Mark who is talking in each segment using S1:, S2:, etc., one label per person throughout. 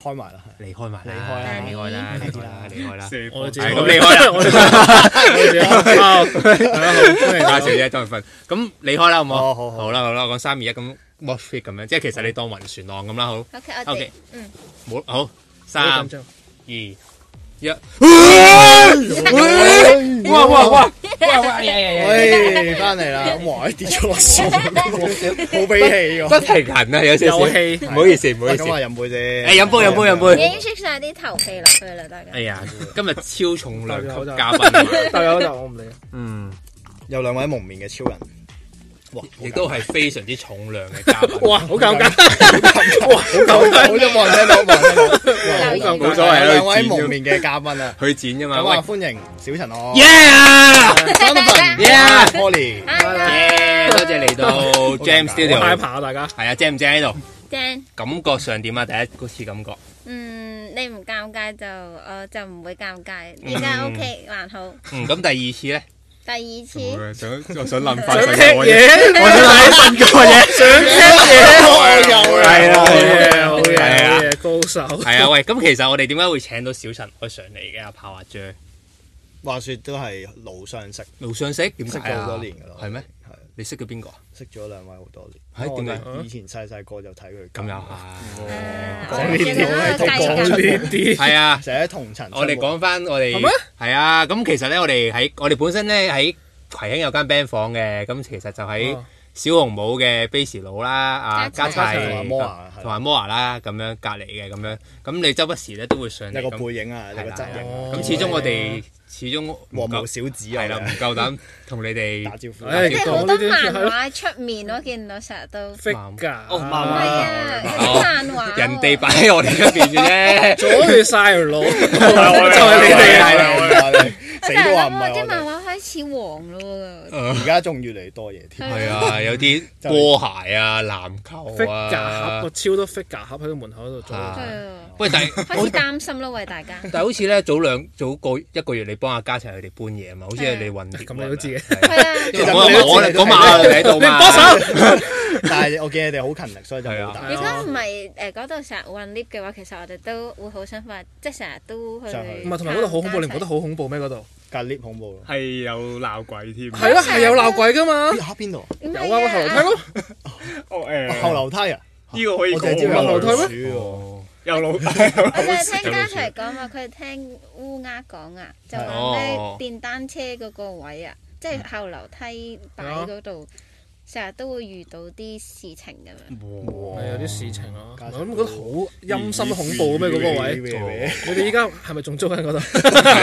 S1: 開埋啦，係
S2: 離開埋啦，
S1: 離開啦
S2: 離開啦，離開啦，離開啦。
S3: 射
S1: 我自
S2: 係
S1: 己
S2: 咁離開啦，我哋
S1: 係啦，
S2: 加少嘢當瞓。咁離開啦，好唔好？
S1: 好好好
S2: 好啦好啦，講三二一咁 watch fit 咁樣，即係其實你當暈船浪咁啦，好
S4: OK，我哋
S2: OK
S4: 嗯，
S2: 冇好三
S1: 好
S2: 二
S1: 緊張
S2: 一。哇哇哇哇哇！
S1: 喂，翻嚟啦，哇，跌咗落水，冇俾氣
S2: 不
S1: 喎，
S2: 停痕啊，有少少。
S1: 有氣
S2: 唔好意思，唔好意
S1: 喂
S2: 思
S1: 咁。啊飲杯啫，
S2: 誒飲杯飲杯飲
S4: 已
S2: 杯。
S4: 經 shake 晒啲頭皮落去啦，大家
S2: 哎。呀，今日超重量級嘉賓。
S3: 但有就我唔理。
S2: 嗯，
S1: 有兩位蒙面嘅超人，哇，
S2: 亦都係非常之重量嘅嘉賓。
S3: 哇，好尷尬，
S1: 哇，好夠，好咗冇人聽到，冇人聽到，哇
S4: 留意
S1: 好
S2: 冇所謂啦
S1: 有兩位
S2: 佢剪咗
S1: 蒙面嘅嘉賓啊，
S2: 去剪啫嘛。
S1: 咁啊，
S2: 喂
S1: 歡迎小陳我
S2: Yeah！
S1: ，Jonathan
S2: Yeah
S1: Polly，
S4: Hello，
S2: 耶！多謝嚟到 Jam
S3: 我太
S2: Studio，
S3: 怕大家。
S2: 係啊，Jam 唔 Jam 喺度，
S4: Dan，
S2: 感覺上點啊？第一嗰次感覺，
S4: 嗯，你唔尷尬就我就唔會尷尬，而家 OK 還好。
S2: 嗯，咁第二次咧，
S4: 第二次
S2: 想我想諗
S3: 想
S2: 翻
S3: 踢嘢，
S2: 我想諗個嘢，想
S1: 我有啦，
S2: 係啦
S3: 好
S2: 係
S3: 嘢，
S2: 啊
S3: 好嘢，好嘢，高手。
S2: 係啊，喂，咁其實我哋點解會請到小陳開上嚟嘅？阿炮阿 J，
S1: 話說都係老相識，
S2: 路上識點
S1: 識
S2: 解
S1: 咗
S2: 啊？
S1: 好多年噶啦，
S2: 係咩？？
S1: 係
S2: 你識咗邊個啊？
S1: 識咗兩位好多年，
S2: 係
S1: 我哋
S2: 點
S3: 解
S1: 以前細細個就睇佢
S2: 咁又
S1: 啊，
S2: 係，
S4: 誒，
S1: 講呢
S4: 我見
S1: 啲
S4: 到
S1: 我係
S4: 個
S1: 同
S4: 計
S1: 講
S4: 較
S1: 呢。
S3: 啲
S2: 係啊。
S1: 成日喺同層生活。
S2: 我哋講翻我哋
S3: 係咩
S2: 係啊，咁其實咧，我哋喺我哋本身咧喺葵興有間 band 房嘅，咁其實就喺
S3: 哦
S2: 小紅帽嘅 bass 佬啦，啊
S4: 加
S2: 加
S4: 齊
S2: 齊
S1: 同埋 Moa，係
S2: 同埋 Moa 啦，咁樣隔離嘅咁樣，咁你周不時咧都會上嚟
S1: 有個
S2: 咁，
S1: 背影啊，有個側影啊。
S2: 咁始終我哋始終
S1: 黃
S2: 唔
S1: 毛
S2: 夠
S1: 小子啊，
S2: 係啦，唔夠膽同你哋
S1: 打招呼。
S3: 唉
S4: 即係好多漫畫出面咯，見到成日都。
S3: figure，
S2: 哦
S4: 係啊，有啲漫畫喎。
S2: 人哋擺喺我哋嗰邊嘅啫，
S3: 阻住晒條 路，就係你哋啊！
S1: 哋死
S4: 我成日
S1: 都話唔係我
S4: 諗我啲漫
S1: 哋。
S4: 畫開始黃咯喎，
S1: 而家仲越嚟越多嘢添，
S2: 係啊，有啲波鞋啊、籃球
S3: figure 盒，
S2: 啊
S3: 我，超多 figure 盒喺個門口度做。
S2: 啊
S4: 係啊，
S2: 喂，但係
S4: 開始擔心咯，為大家。
S2: 但係好似咧，早兩早個一個月，你幫阿嘉齊佢哋搬嘢啊嘛，好似係你混碟
S3: 咁你都知嘅
S2: 係
S4: 係啊。
S2: 因為我我我嗰晚我哋喺度
S3: 你
S2: 嘛，
S3: 幫手，
S1: 但係我見你哋好勤力，所以就冇打。
S4: 如果唔係誒嗰度成日混 lift 嘅話，其實我哋都會好想快，即係成日都去。
S1: 上去
S3: 唔係同埋嗰度好恐怖，你唔覺得好恐怖咩？嗰度
S1: 隔 lift 恐怖咯。
S5: 係有鬧鬼添。
S3: 係咯，係有鬧鬼噶嘛？
S1: 嚇邊度？
S4: 唔係
S3: 有啊，後樓梯咯，
S5: 哦 誒，
S1: 後樓梯啊！
S5: 呢個可以
S1: 我淨係知
S5: 講
S1: 有
S5: 喎
S1: 樓
S3: 後樓
S1: 梯
S3: 梯
S1: 咩？
S2: 哦
S5: 有老
S4: 我就係聽家齊講話，佢聽烏鴉講啊，就話咩
S2: 哦
S4: 電單車嗰個位啊，即係後樓梯擺嗰度，成日都會遇到啲事情咁樣。
S3: 係有啲事情咯。
S1: 加上
S3: 我諗覺得好陰森恐怖咩？嗰個位，你哋依家係咪仲租緊嗰 度？
S2: 咁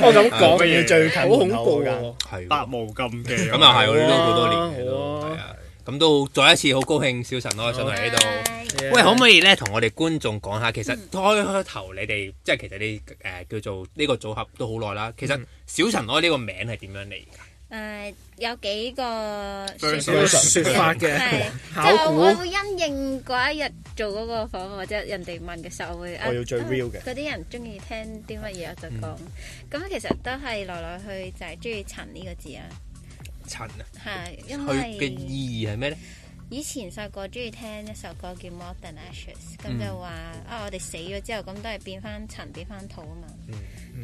S3: 我咁
S1: 我
S3: 講，
S1: 要最近
S3: 好恐怖
S1: 㗎。
S3: 喎！
S2: 講係
S5: 百
S2: 喎
S5: 無禁忌。啊
S2: 咁又啊係我哋都好多年嘅
S3: 好
S2: 都
S3: 啊
S2: 係啊，咁都再一次好高興，小陳可以上嚟呢度。
S4: 度。
S2: 喂，可唔可以咧同我哋觀眾講下，其實開開頭你哋即係其實你誒叫做呢個組合都好耐啦。其實小陳可以呢個名係點樣嚟㗎？
S4: 誒有幾個
S3: 有
S5: Version
S3: 説法嘅
S4: 係
S3: 考
S4: 就我
S3: 古
S4: 會因應嗰一日做嗰個訪問或者人哋問嘅時候，我會啊
S1: 我要最 real 嘅嗯
S4: 嗰啲人中意聽啲乜嘢我就講。咁其實都係來來去就係中意陳呢個字啊，
S2: 陳啊，
S4: 係因
S2: 佢嘅
S4: 為
S2: 意義係咩咧？
S4: 以前細個中意聽一首歌叫《More Than Ashes》，咁就話啊我哋死咗之後咁都係變翻塵變翻土啊嘛。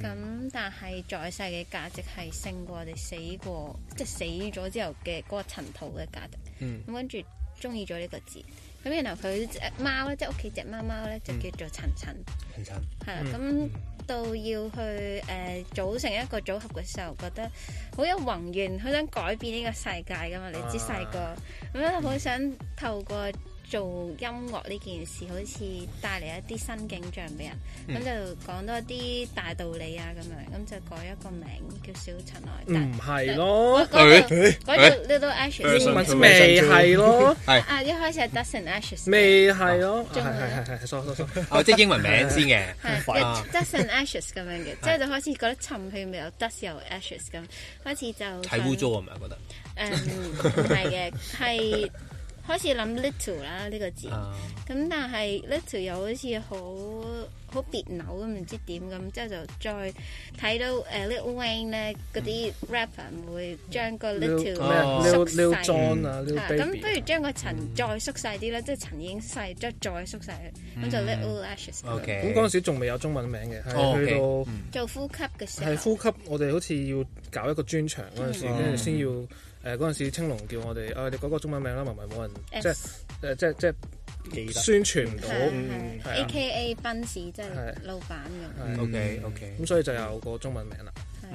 S4: 咁但係在世嘅價值係勝過我哋死過，即係死咗之後嘅嗰個塵土嘅價值。咁跟住中意咗呢個字，咁然後佢隻貓咧，即係屋企只貓貓咧，就叫做塵塵，
S2: 陳陳
S4: 係啦、啊咁到要去誒、呃、組成一個組合嘅時候，覺得好有宏願，好想改變呢個世界噶嘛。你知細個咁咧，好想透過做音樂呢件事，好似帶嚟一啲新景象俾人，咁、就講多啲大道理啊咁樣，咁就改一個名叫小塵埃。但
S3: 唔係咯，
S4: 嗰度改到
S2: 誒
S4: Little Ashes
S3: 英
S4: 先
S3: 文未係咯，
S4: 啊！一開始係 Dust and Ashes 嘅。
S3: 未係 咯，係
S4: 中文
S3: 係係係，sorry sorry sorry。
S2: 哦，即係英文名先嘅。
S1: 快
S4: 係 dust and ashes 咁樣嘅，即係就開始覺得沉氣味有 dust 又 ashes 咁，開始就
S2: 睇污糟啊嘛，覺得
S4: 誒唔係嘅，係開始諗 little 啦呢個字，
S2: 啊
S4: 咁但係 little 又好似好好別扭咁，唔知點咁，之後就再睇到誒 Lil Wayne 咧嗰啲 rapper 會將個
S3: Lil-
S4: little
S3: 咩啊
S2: 哦嗯
S3: ？Lil
S4: 縮
S3: Lil
S4: 細。
S3: John 啊，Lil
S4: 啊咁
S3: Baby
S4: 不如將個層再縮細啲啦，即係層已經細，即係再縮細佢，咁就 little ashes 咁樣
S2: 嗯 OK
S3: 咁嗰陣時仲未有中文名嘅，
S2: 哦
S3: 係去
S2: ，OK，
S4: 做
S3: 到
S4: 呼吸嘅時
S3: 係
S4: 候，
S3: 呼吸，我哋好似要搞一個專場嗰陣時，
S2: 嗯
S3: 跟住先要誒嗰陣時青龍叫我哋啊，你改個中文名啦，唔係冇人即係
S4: S
S3: 誒即係即係
S1: 記得
S3: 宣傳唔到，
S4: 係
S3: 係
S4: 係
S3: 啊
S4: A K A 賓士即係
S3: 係
S4: 老闆咁，
S3: 係
S2: OK OK，
S3: 嗯咁所以就有個中文名啦。
S4: 係。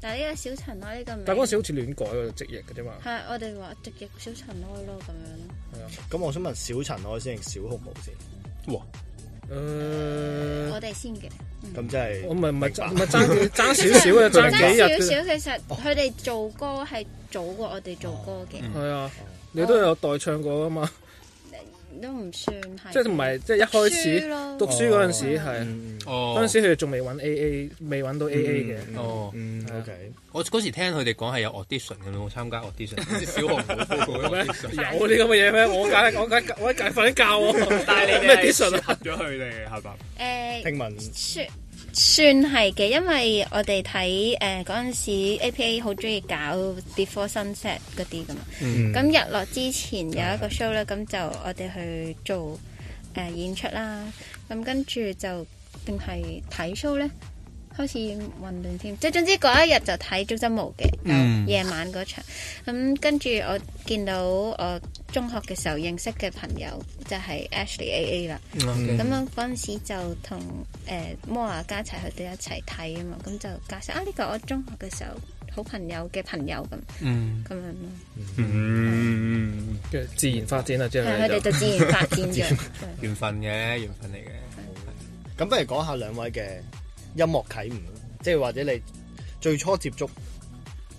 S4: 但係呢個小陳咯，呢個名
S3: 但嗰陣時好似亂改個職業嘅啫嘛，
S4: 係我哋話直譯小塵埃咯咁樣咯。
S1: 咁我想問小塵開先定小紅帽先？
S2: 哇，
S3: 誒嗯
S4: 我哋先嘅，
S1: 咁真係
S3: 我唔係唔係爭唔係爭幾爭少少嘅，爭幾
S4: 爭
S3: 日
S4: 少少，其實
S3: 哦
S4: 佢哋做歌係早過我哋做歌嘅，
S3: 係啊，你都有代唱過啊嘛，
S4: 都唔算係。
S3: 即係唔係即係一開
S4: 書
S3: 始
S4: 咯
S3: 讀書嗰陣時係。
S2: 哦，
S3: 嗰陣時佢哋仲未揾 A A，未揾到 A A 嘅。
S2: 哦，
S1: 嗯，OK，
S2: 我嗰時聽佢哋講係有 audition 嘅，有冇參加 audition？好似小 紅冇報告嘅 audition。
S3: 有啲咁嘅嘢咩？我解我解我解瞓教喎。
S5: 但係你
S3: 咩啊
S5: 哋
S3: d i s
S5: 係
S3: s
S5: 合咗佢哋係嘛？
S4: 誒
S1: 聽聞
S4: 算算係嘅，因為我哋睇誒嗰陣時 APA 好中意搞 Before Sunset 嗰啲噶嘛。
S1: 嗯
S4: 咁日落之前有一個 show 咧，咁就我哋去做誒、呃演出啦。咁跟住就定係睇 show 咧，開始混亂添。即係總之嗰一日就睇《朝針毛》
S2: 嗯
S4: 嘅夜晚嗰場。咁跟住我見到我中學嘅時候認識嘅朋友就係、Ashley A A 啦。咁樣嗰陣時就同呃誒摩亞加一齊佢哋一齊睇啊嘛，咁就介紹啊呢、個我中學嘅時候好朋友嘅朋友咁
S2: 嗯，
S4: 咁樣咯，
S5: 嗯，
S3: 嘅自然發展啊，之後
S4: 係佢哋
S3: 就
S4: 就自然發展咗。係
S2: 緣分嘅，緣分嚟嘅。
S1: 咁不如講下兩位嘅音樂啟悟，即係或者你最初接觸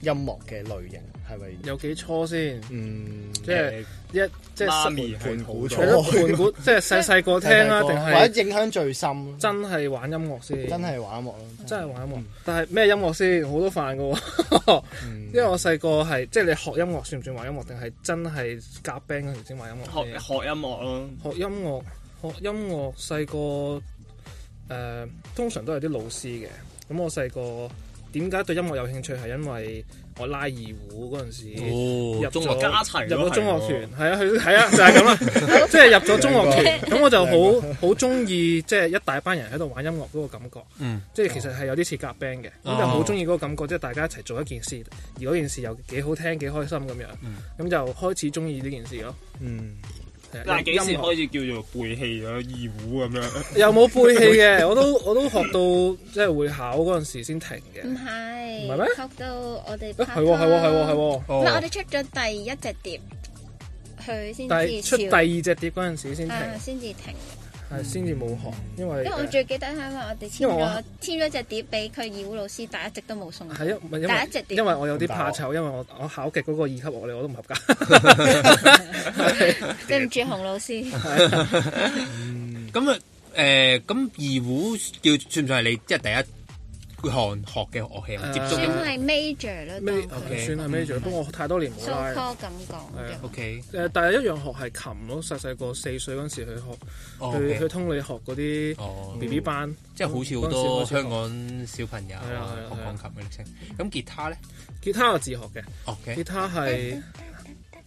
S1: 音樂嘅類型係咪？
S3: 有幾初先，
S1: 嗯，
S3: 即係一即
S5: 媽
S3: 係
S5: 咪係好
S1: 盤
S3: 係
S1: 盤
S5: 咗，
S3: 咯盤古，即係細細個聽啦，定
S1: 或
S3: 係
S1: 者影響最深，
S3: 真係玩音樂先？
S1: 真係玩音樂咯，
S3: 真係玩音樂，但係咩音樂先？好多範嘅喎，
S1: 嗯
S3: 因為我細個係即係你學音樂算唔算玩音樂，定係真係夾 band 嗰時先玩音樂
S5: 學
S3: 先？
S5: 學音樂咯。
S3: 學音樂，學音樂細個誒，呃通常都係啲老師嘅。咁我細個點解對音樂有興趣，係因為我拉二胡嗰陣時。
S2: 哦，
S3: 入
S2: 中
S3: 咗
S2: 學
S5: 家齊
S3: 入
S5: 咯
S3: 咗中樂團，係啊，佢係啊，就係咁啦，即係入咗中樂團，咁我就好好中意，即係一大班人喺度玩音樂嗰個感覺，
S2: 嗯
S3: 即係其實係有啲似夾 band 嘅，
S2: 哦
S3: 咁就好中意嗰個感覺，即係大家一齊做一件事，而嗰件事又幾好聽、幾開心咁樣，咁就開始中意呢件事咯。
S1: 嗯，
S3: 係啊
S5: 但係幾時
S3: 音樂
S5: 開始叫做背棄咗二胡咁 樣？
S3: 又冇背棄嘅，我都我都學到即係會考嗰陣時先停嘅。
S4: 唔係，
S3: 唔係咩
S4: 學到我哋
S3: 誒
S4: 拍拖
S3: 係喎係喎係
S4: 唔
S3: 喎係喎，
S4: 係我
S2: 哦，
S4: 哋出咗第一隻碟，佢先
S3: 但
S4: 至
S3: 係出第
S4: 少
S3: 二隻碟嗰陣時先停，
S4: 啊先至停，
S3: 係先至冇學，因
S4: 因
S3: 為
S4: 為我
S3: 誒
S4: 最記得係因為我哋簽
S3: 因為我
S4: 咗簽咗隻碟俾佢義烏老師，但一直都冇送。
S3: 係啊因唔係因為
S4: 第一隻碟
S3: 因為我有啲怕醜，因為我我考極嗰個二級樂理我都唔合格，
S4: 對唔住洪老師，
S2: 咁啊，誒，咁二胡叫算唔算係你即係第一項學嘅樂器啊？
S3: 誒
S2: 接觸
S4: 算
S2: 嘅
S4: 係 major 啦，
S3: 咩
S4: 當佢
S2: OK
S3: 算係
S2: 嗯
S3: major，不過我太多年冇
S4: so
S3: 拉啦。
S4: call 咁講
S3: 係啊
S4: 嘅。
S2: ，OK，
S3: 誒，但係一樣學係琴咯，細細個四歲嗰陣時去學，
S2: 哦
S3: 去去
S2: OK，
S3: 通理學嗰啲
S2: 哦
S3: B B 班，
S2: 即係好似好
S3: 嗯嗰
S2: 多
S3: 陣時開始學
S2: 香港小朋友
S3: 係
S2: 啊
S3: 啊係啊
S2: 學
S3: 係
S2: 鋼
S3: 啊
S2: 琴嘅女生。咁吉他咧
S3: 吉他我自學嘅。吉
S2: ，OK，
S3: 他係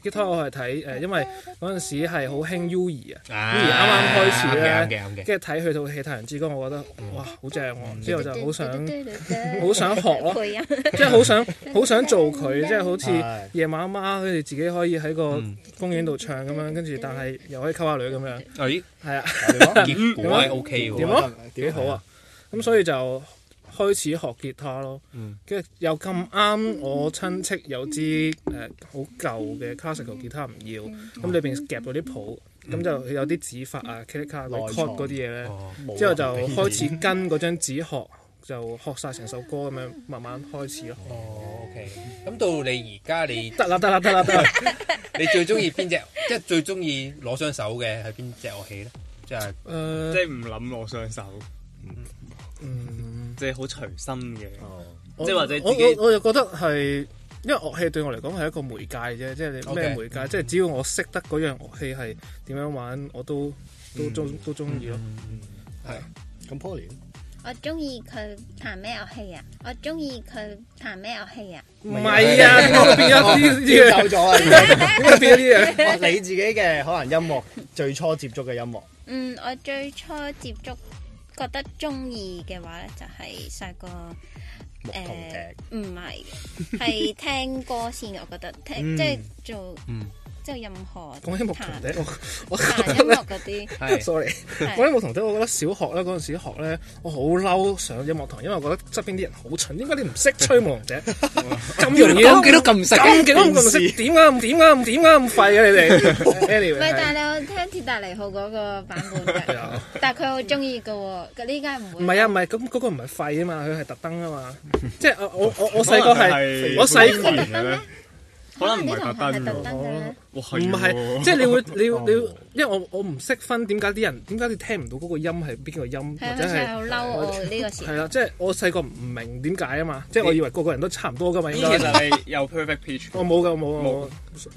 S3: 吉他，我係睇誒，因為嗰陣時係好興 U 兒啊
S2: 啊
S3: ，U 兒啱啱
S2: 啱嘅
S3: 開始
S2: 啱嘅啱
S3: 咧
S2: 嘅，
S3: 跟住睇佢套戲《太陽之光》，我覺得
S2: 嗯
S3: 哇好正喎，之後就好想好
S4: 好
S3: 想學咯，
S4: 配音，
S3: 即係好想好想做佢，即係好似
S1: 係
S3: 夜晚阿媽佢哋自己可以喺個
S2: 嗯
S3: 公園度唱咁樣，跟住但係又可以溝下女咁樣，
S2: 誒，
S3: 係啊，
S2: 哦結果係 OK
S3: 點
S2: 喎，
S3: 啊幾好啊！咁所以就開始學吉他咯，
S1: 嗯
S3: 跟住又咁啱我親戚有支誒好舊嘅 classical 吉他唔要，咁裏邊夾咗啲譜，咁就佢有啲指法啊、click 卡、
S1: 嗯內
S3: record
S1: 藏
S3: 嗰啲嘢咧，
S2: 哦，
S1: 冇啊
S3: 之後就開始跟嗰張紙學，就學晒成首歌咁樣，慢慢開始咯。
S2: 哦，OK，咁到你而家你
S3: 得啦得啦得啦得 啦！
S2: 你最中意邊只？ 即係最中意攞雙手嘅係邊只樂器咧？即係
S5: 即
S3: 誒，
S5: 係唔諗攞雙手，
S3: 嗯
S5: 即係好隨心嘅。
S1: 哦
S5: 即係或者
S3: 我
S5: 自己
S3: 我我我就覺得係因為樂器對我嚟講係一個媒介啫，即係你咩
S2: OK
S3: 媒介，即係只要我識得嗰樣樂器係點樣玩，我都都中都中意咯。
S1: 咁 Poly 呢
S4: 我中意佢彈咩樂器啊？我中意佢彈咩樂器啊？
S3: 唔係啊，點解會變咗呢啲 嘢？
S1: 走咗啊！
S3: 點解變咗呢
S1: 哇你自己嘅可能音樂最初接觸嘅音樂，
S4: 嗯，我最初接觸覺得中意嘅話咧，就係細個
S1: 木同
S4: 誒
S1: 笛，
S4: 唔係 嘅，係聽歌先嘅。我覺得聽即係做
S2: 嗯
S4: 即係任何
S3: 樣？講起牧童
S4: 彈
S3: 笛，我我覺
S4: 彈
S3: 得
S4: 音
S3: 咧
S4: 樂嗰 啲
S2: 係
S3: ，sorry，
S4: 係
S3: 講起牧童笛，我覺得小學咧嗰陣時學咧，我好嬲上音樂堂，因為我覺得側邊啲人好蠢，點解你唔識吹牧童笛？咁容易
S2: 咁幾多咁細？
S3: 咁勁都唔咁識，點解咁點解咁點解咁廢嘅你哋？anyway，
S4: 唔係，但係我聽鐵達尼號嗰個版本
S3: 係
S4: 嘅，
S3: 啊
S4: 但係佢好中意嘅喎，佢呢家唔會。
S3: 唔係啊，唔係咁嗰個唔係廢啊嘛，佢係特登啊嘛，即係我我我我細個係我
S4: 係
S3: 細
S4: 佢
S3: 個
S4: 特登咧，
S5: 可能唔係特
S4: 啲同學係
S5: 登
S4: 特哦登嘅咧，
S5: 哇
S3: 唔
S5: 係
S3: 係，
S5: 喎
S3: 即係你會你要你要，因為我我唔識分點解啲人點解你聽唔到嗰個音係邊個音，
S4: 係啊，
S3: 或者
S4: 佢係
S3: 係
S4: 好嬲我呢個時
S3: 係啦，啊即係我細個唔明點解啊嘛，即係我以為個個人都差唔多噶嘛，應
S5: 嗯其
S3: 該
S5: 實係有 perfect pitch
S3: 我冇噶冇我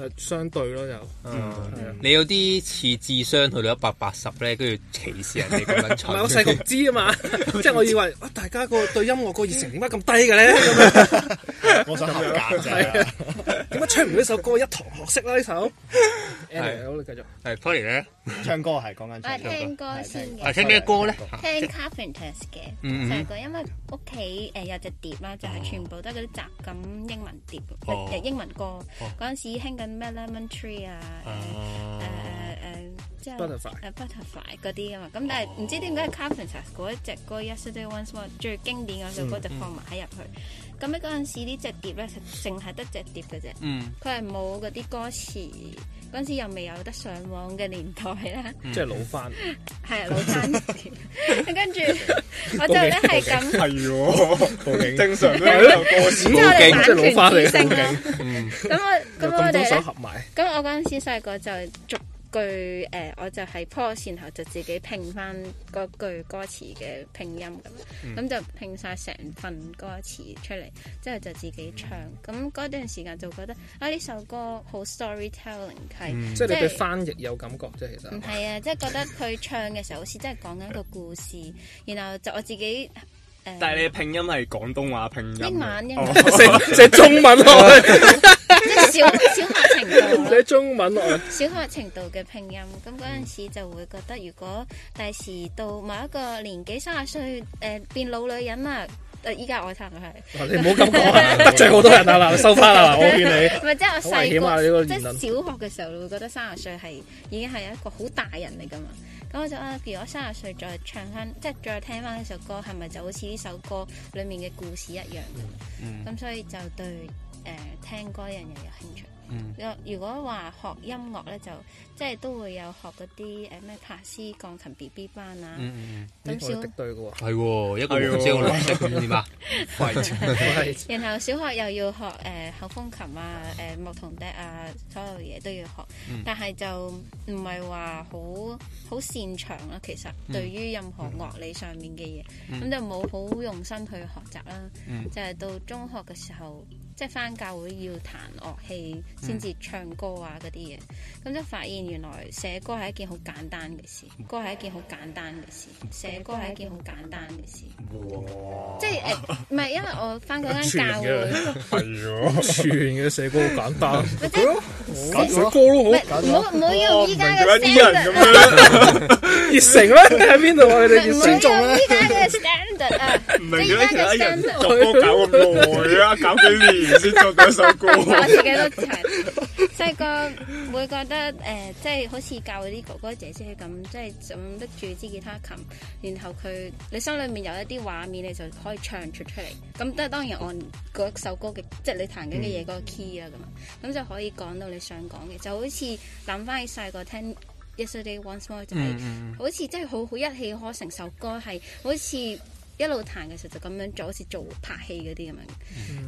S3: 誒相對咯就係啊，
S2: 嗯你有啲似智商去到一百八十咧，跟住歧視人哋咁樣
S3: 同
S2: 蠢。
S3: 埋我細個唔知啊嘛，即係我以為啊大家個對音樂個熱情點解咁低嘅咧？咁樣
S1: 我想合格啫。
S3: 啊點解唱唔到呢首歌一堂學識啦呢首？anyway
S2: 係
S3: 好你繼續。
S2: 係 Poly 咧，
S1: 唱歌係講緊
S4: 我係
S1: 唱歌，
S4: 聽歌先嘅
S2: 係聽咩歌咧？
S4: 聽 Carpenters 嘅
S2: 嗯嗯
S4: 細個，因為屋企誒有隻碟啦，就係全部都係嗰啲雜錦英文碟，
S2: 哦哦
S4: 誒英文歌嗰陣時興緊咩 Lemon Tree 啊，呃誒誒
S2: 嗯
S4: 誒之後
S3: Butterfly
S4: 誒呃 Butterfly 嗰啲啊嘛，咁但係唔知點
S2: 哦
S4: 解 Carpenters 嗰一隻歌 Yesterday Once More 最經典嗰首
S2: 嗯
S4: 歌就放埋喺入去，咁喺嗰陣時呢隻碟咧就淨係得隻碟嘅啫。
S2: 嗯，
S4: 佢係冇嗰啲歌詞，嗰陣時又未有得上網嘅年代啦，
S3: 即係老翻，
S4: 係啊老山，跟 住我就咧係咁，
S5: 係喎，正常都有歌詞。
S4: 即係我哋版
S3: 即係老花
S4: 權
S3: 嚟
S4: 之星
S3: 嘅，
S4: 啦。
S5: 嗯
S4: 咁我
S3: 有
S4: 咁我
S3: 咁
S4: 哋
S3: 多
S4: 咧
S3: 手，合埋，
S4: 咁我嗰陣時細個就逐句誒、呃我就係 pause，然後就自己拼翻嗰句歌詞嘅拼音咁，
S3: 嗯
S4: 咁、就拼晒成份歌詞出嚟，之後就自己唱。咁嗰段時間就覺得啊呢首歌好 storytelling 係。
S3: 即係你
S4: 即
S3: 對
S4: 係
S3: 翻譯有感覺啫，其實
S4: 唔。係啊，即係覺得佢唱嘅時候好似真係講緊一個故事，然後就我自己誒、呃
S5: 但係你嘅拼音係廣東話拼音嘅，
S4: 英文英
S5: 哦
S4: 文，
S3: 寫寫中文 落去，
S4: 即係小小學程 度啦
S3: 寫中文落去，
S4: 小學程度嘅拼音，咁嗰陣時就會覺得，如果第時到某一個年紀三十歲，誒、變老女人啦，誒依家我差唔多係，
S3: 你唔好咁講 啊，得罪好多人啊嗱，收翻啦嗱，我勸你。
S4: 唔係即係我
S3: 好危險啊呢
S4: 細
S3: 個
S4: 個，
S3: 言
S4: 即係
S3: 論
S4: 小學嘅時候，你會覺得三十歲係已經係一個好大人嚟噶嘛。咁我就啊，如果三十歲再唱翻，即係再聽翻呢首歌，係咪就好似呢首歌裡面嘅故事一樣咁？
S3: 嗯
S2: 嗯
S4: 咁、所以就對誒、呃、聽歌一樣嘢有興趣。
S3: 嗯
S4: 有如果話學音樂咧，就即係都會有學嗰啲誒呃咩柏斯鋼琴 B B 班啊。
S3: 嗯
S2: 嗯
S3: 呢
S4: 咁
S3: 個係
S4: 小
S3: 敵對嘅喎，
S2: 係喎，一個黃色一個綠色咁點 啊？
S3: 係
S4: 然後小學又要學誒、呃口風琴啊、誒、牧童笛啊，所有嘢都要學，但係就唔係話好好擅長啦。其實對於任何樂理上面嘅嘢，咁、就冇好用心去學習啦。就係到中學嘅時候，即係返教會要彈樂器先至唱歌啊嗰啲嘢，咁就發現原來寫歌係一件好簡單嘅事，歌係一件好簡單嘅事，寫歌係一件好簡單嘅事。即係誒，唔係因為我翻嗰間教會，
S3: 全嘅寫歌好簡單，
S4: 或者
S3: 寫歌
S4: 唔
S3: 都好哦
S4: 係唔好唔好用依家
S5: 明
S4: 嘅
S5: 咗啲
S4: standard，
S5: 人
S4: 啊
S3: 熱誠咧喺
S5: 咁樣，
S3: 邊度啊？你哋熱
S4: 唔好
S3: 誠
S4: 用依家嘅 standard 啊，
S5: 唔
S4: 即
S5: 明
S4: 係依
S5: 咗
S4: 家
S5: 其他
S4: 嘅
S5: 人
S4: standard，
S5: 作歌搞咁耐啊，搞幾年先作到一首歌。 啊
S4: 我自己都係細個會覺得誒，即係好似教嗰啲哥哥姐姐咁，即係咁拎住支吉他琴，然後佢你心裏面有一啲畫面，你就可以唱出出嚟。咁即係當然按嗰首歌嘅，即係你彈緊嘅嘢嗰個 key 啊咁啊，咁就可以講到你想講嘅，就好似諗翻起細個聽。Yesterday Once More 就係、好似真係好好一氣呵成首歌，係好似一路彈嘅時候就咁樣做，好似做拍戲嗰啲咁樣。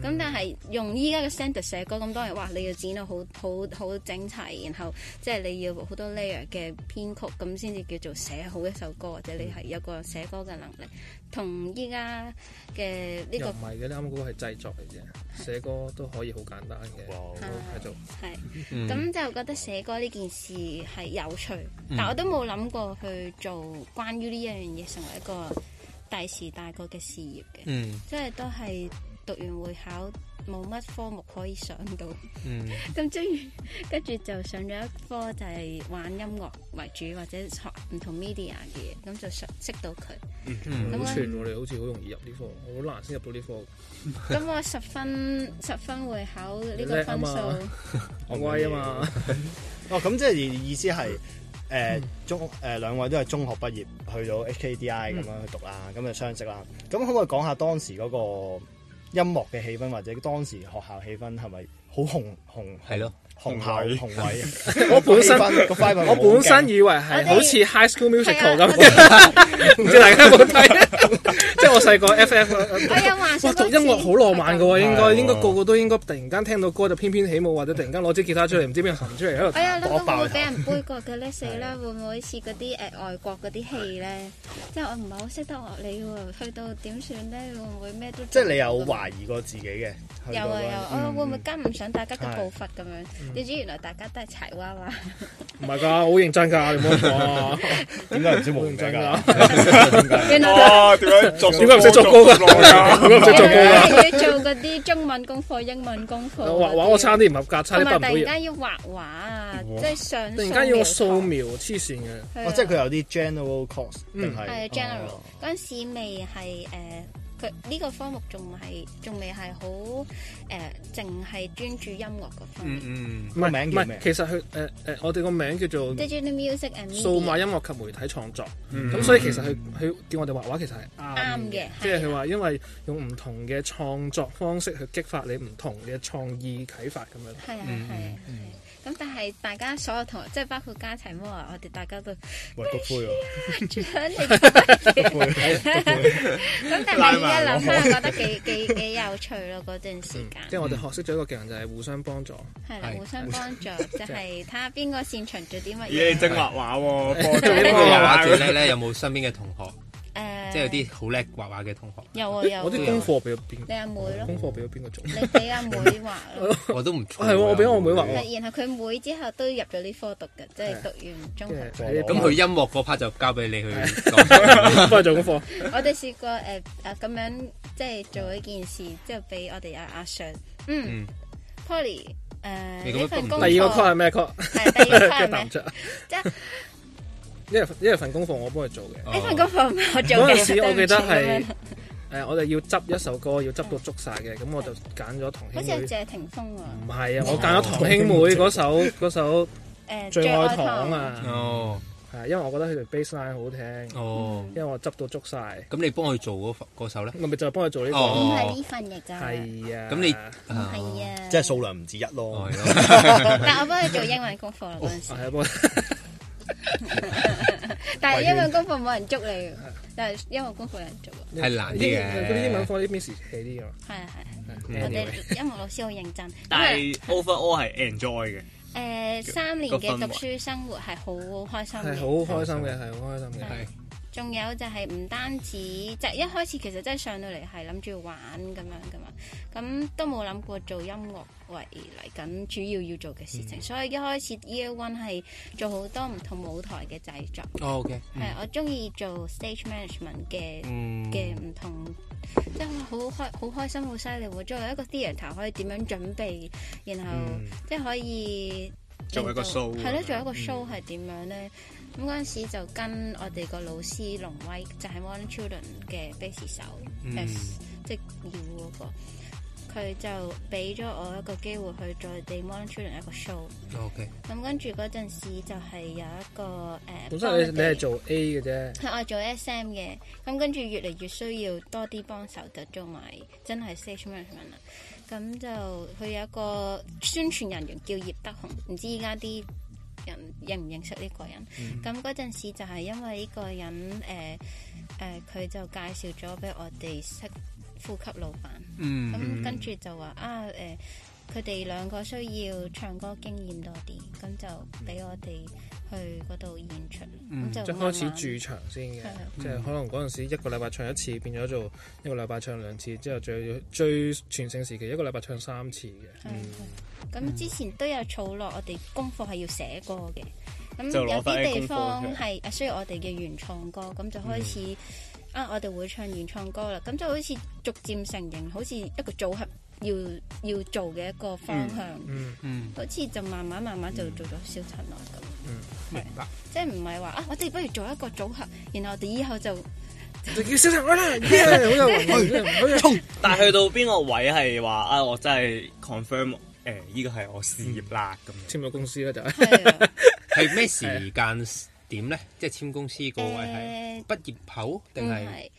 S4: 咁、但係用依家嘅 standard 寫歌，咁當然哇，你要剪到好好好整齊，然後即係你要好多 layer 嘅編曲，咁先至叫做寫好一首歌，或者你係有個寫歌嘅能力。同依家嘅呢
S3: 又
S4: 個
S3: 唔係嘅，你啱啱嗰個係製作嚟嘅，寫歌都可以好簡單嘅，
S2: 哇
S3: 都係做
S4: 係。
S2: 嗯
S4: 咁就覺得寫歌呢件事係有趣，但我都冇諗過去做關於呢一樣嘢成為一個第時大個嘅事業嘅，
S2: 嗯
S4: 即係都係讀完會考冇乜科目可以上到，
S2: 嗯
S4: 咁終於跟住就上咗一科就係玩音樂為主或者學唔同 media 嘅嘢，咁就上識到佢。
S2: 嗯
S4: 咁
S3: 好
S4: 啊
S3: 串喎，你好似好容易入呢科，我好難先入到呢科，
S4: 咁我十分十分會考呢個分
S3: 你叻啊
S4: 數。
S3: 我威啊嘛，
S1: 哦，咁即係意思係
S3: 嗯
S1: 誒、中誒、呃兩位都係中學畢業去到
S3: 嗯
S1: HKDI 咁樣去讀啦，咁就啊相識啦。咁可唔可以講下當時嗰個音樂嘅氣氛，或者當時學校氣氛係咪好紅紅
S2: 係咯，
S1: 紅校
S5: 紅
S1: 紅位啊？
S3: 我本身
S1: 個氣氛個 vibe 係咪好
S3: 我本身
S1: 勁
S3: 以為係好似 High School
S4: 係啊
S3: Musical
S4: 我
S3: 咁，唔知大家有冇睇？ 即係我細個呃 FF，
S4: 我有幻
S3: 哇！
S4: 想過
S3: 讀音樂好浪漫嘅喎，應
S1: 係
S3: 該
S1: 啊
S3: 應該個個都應該突然間聽到歌就翩翩起舞，或者突然間攞支吉他出嚟，唔知邊行出嚟喺
S4: 我
S3: 度。
S4: 有諗
S1: 我
S4: 到會
S1: 爆
S4: 唔會
S1: 頭
S4: 俾人杯葛嘅咧？死 啦！會唔會似嗰啲誒外國嗰啲戲咧？即係我唔係好識得樂理喎，去到點算咧？會唔會咩都
S1: 即係你有懷疑過自己嘅？去
S4: 有
S1: 到
S4: 啊
S1: 嗰陣
S4: 有啊，我會唔會跟唔上大家
S1: 係
S4: 嘅步伐咁樣？你知原來大家都係柴娃娃，
S3: 唔係㗎，好認真㗎，你唔好 講。啊
S1: 點解唔知
S3: 好
S1: 冇
S3: 認真
S1: 名
S3: 㗎
S1: 㗎？，哦
S4: 原來
S5: 哇！點解作
S3: 點解唔識作歌㗎？ 點解唔識作歌
S4: 原來
S3: 㗎？
S4: 係要做嗰啲中文功課、英文功課嗰啲。
S3: 畫畫啊我差啲唔合格，差啲
S4: 同埋突
S3: 畢唔到
S4: 然
S3: 業。
S4: 間要畫畫啊，即係上
S3: 突然間要我掃
S4: 素
S3: 描，黐線嘅。
S1: 哦，即係佢有啲
S3: 嗯
S1: general course 定係
S4: 係啊 general
S1: 哦
S4: 嗰陣時未係誒，佢、呢個科目仲係仲未係好誒，淨係專注音樂嗰方面。
S2: 嗯
S3: 唔
S1: 個
S3: 係
S1: 名
S3: 唔
S1: 叫咩
S3: 係，其實佢誒誒，我哋個名叫做
S4: Digital music and media
S3: 數碼音樂及媒體創作。
S5: 嗯
S3: 咁所以其實佢佢叫我哋畫畫其實係啱
S4: 啱嘅
S3: 即係
S4: 係
S3: 佢
S4: 啊
S3: 話因為用唔同嘅創作方式去激發你唔同嘅創意啟發咁樣。
S4: 係啊係啊係。咁但係大家所有同學，即係包括家齊摩啊，我哋大家都
S1: 喂篤灰喎。
S4: 獎你做乜嘢咁但係而家諗翻，覺得幾幾幾有趣咯！嗰段時
S2: 嗯
S3: 即係
S4: 間
S3: 我哋學識咗一個技能就係互相幫助。
S4: 係啦，
S2: 係
S4: 互相幫助，就係睇下邊個擅長做啲乜
S5: 咦，你
S4: 嘢。
S5: 精畫 畫喎，幫我做
S2: 咁你
S5: 呢
S2: 畫
S5: 個
S2: 畫最
S5: 畫
S2: 叻咧，有冇身邊嘅同學，
S4: 誒，
S2: 即係有啲好叻畫畫嘅同學？
S4: 有啊有啊。
S3: 我啲功課俾咗邊？
S4: 你阿妹
S2: 嗯
S4: 咯，
S3: 功課俾咗邊個做？
S4: 你俾阿妹畫 咯。
S2: 我都唔哦錯
S3: 係喎我俾我妹畫喎
S4: 係，然後佢妹之後都入咗呢科讀嘅，即係讀完中學。
S3: 跟
S2: 咁
S3: 住咁
S2: 佢
S3: 佢
S2: 音樂嗰 part 就交俾你去 講。
S3: 幫佢做功課。
S4: 我哋試過誒誒咁樣，即係做一件事之後，俾我哋阿阿 Sir，嗯
S2: 嗯
S4: ，Poly 誒
S2: 你咁樣
S4: 呢份
S2: 讀
S4: 功
S2: 唔
S4: 課，
S2: 到
S3: 第二個 call 係咩 call？
S4: 係第二個 call
S3: 跟
S4: 哦係
S3: 住答唔
S4: 咩？
S3: 出。
S4: 即係
S3: 因為因為份功課我幫佢做嘅。
S4: 呢哎份功課唔係我做
S3: 哦嗰
S4: 嘅。
S3: 陣時我記得
S4: 對
S3: 係
S4: 唔住咁樣
S3: 誒，我哋要執一首歌，要執到捉晒嘅，咁我就揀咗堂
S4: 好
S3: 兄
S4: 似係
S3: 妹。
S4: 謝霆鋒啊
S3: 唔，係啊，我揀咗堂兄 妹嗰首嗰首
S4: 誒
S3: 嗯最愛
S4: 堂
S3: 堂，啊，
S2: 哦
S3: 係因為我覺得佢條 bass line 好聽，
S2: 哦
S3: 因，為我執到捉晒，
S2: 咁你幫佢做嗰嗰首咧？
S3: 我咪就幫佢做呢個。
S4: 唔
S2: 哦
S4: 係呢份亦就係，
S3: 係啊，
S2: 咁 你
S4: 係
S2: 啊，
S4: 啊，
S1: 即係數量唔止一咯
S2: 哦。係咯
S4: 但我幫佢做英文功課啦嗰陣時。
S3: 係啊，幫
S4: 但係英文功課冇人捉你嘅，
S3: 哦
S4: 但係英文功課有人捉啊，
S2: 係難啲嘅
S3: 嗰啲英文課呢邊時期啲㗎嘛。
S4: 係啊係啊。我哋
S3: 嗯 Anyway，
S4: 音樂老師好認真，啊
S5: 但係 overall 係 enjoy 嘅，
S4: 誒三年嘅讀書生活係好開心
S3: 係
S4: 嘅。
S3: 好開心嘅，係好開心嘅。
S2: 係
S4: 仲有就係唔單止，就一開始其實真係上到嚟係諗住玩咁樣噶嘛，咁都冇諗過做音樂為嚟緊主要要做嘅事情，所以一開始 Year One 係做好多唔同舞台嘅製作。
S2: 哦 OK，
S4: 係、我中意做 stage management 嘅
S2: 嗯
S4: 嘅唔同，即係好開好開心好犀利喎！作為一個 theatre 可以點樣準備，然後、即係可以
S5: 做
S4: 令
S5: 一個
S4: 到
S5: show
S4: 係咯，
S5: 咁
S4: 做一個 show 係點樣咧？咁嗰陣時就跟我哋個老師龍威，就係、Modern Children 嘅 bass 手，
S2: 嗯
S4: bass，即係搖嗰、個。佢就俾咗我一個機會去做地 Modern Children 一個 show，
S2: 哦 OK，
S4: 咁跟住嗰陣時就係有一個誒，呃幫
S3: 本身你
S4: 佢
S3: 你
S4: 哋
S3: 係做 A 嘅啫，
S4: 係我做 S.M 嘅，咁跟住越嚟越需要多啲幫手，就做埋真係 stage management 啦。咁就佢有一個宣傳人員叫葉德雄，唔知依家啲人認唔認識呢個人？咁嗰陣時就係因為呢個人誒、呃誒佢就介紹咗俾我哋識呼吸老闆。
S2: 嗯
S4: 咁跟住就話啊誒，呃佢哋兩個需要唱歌經驗多啲，咁就俾我哋去嗰度演出，咁、就
S3: 嗯即係
S4: 慢
S3: 開
S4: 慢
S3: 始駐場先嘅
S4: 係啊，
S3: 即係可能嗰陣時一個禮拜唱一次，變咗做一個禮拜唱兩次，之後最最全盛時期一個禮拜唱三次嘅，
S4: 係係咁之前都有儲落，我哋功課係要寫歌嘅。咁
S5: 就
S4: 有
S5: 攞返
S4: 啲
S5: 啲
S4: 地方
S5: 功課出
S4: 係啊需要我哋嘅原創歌，咁就開始、啊，我哋會唱原創歌啦。咁就好似逐漸成型，好似一個組合要要做嘅一個方向，
S3: 嗯
S2: 嗯，
S4: 好似就慢慢慢慢就做咗小陳樂咁。
S2: 明白。
S4: 即係唔係話啊，我哋不如做一個組合，然後我哋以後就
S3: 就叫小陳我啦，耶好有哎好有
S5: 但係去到邊個位係話啊？我真係 confirm 誒，呢個係我事業啦咁樣。
S3: 簽咗公司啦就係，
S4: 係啊
S2: 係咩時間點咧？即係簽公司嗰位係
S4: 誒
S2: 嗯畢業後定係
S4: 係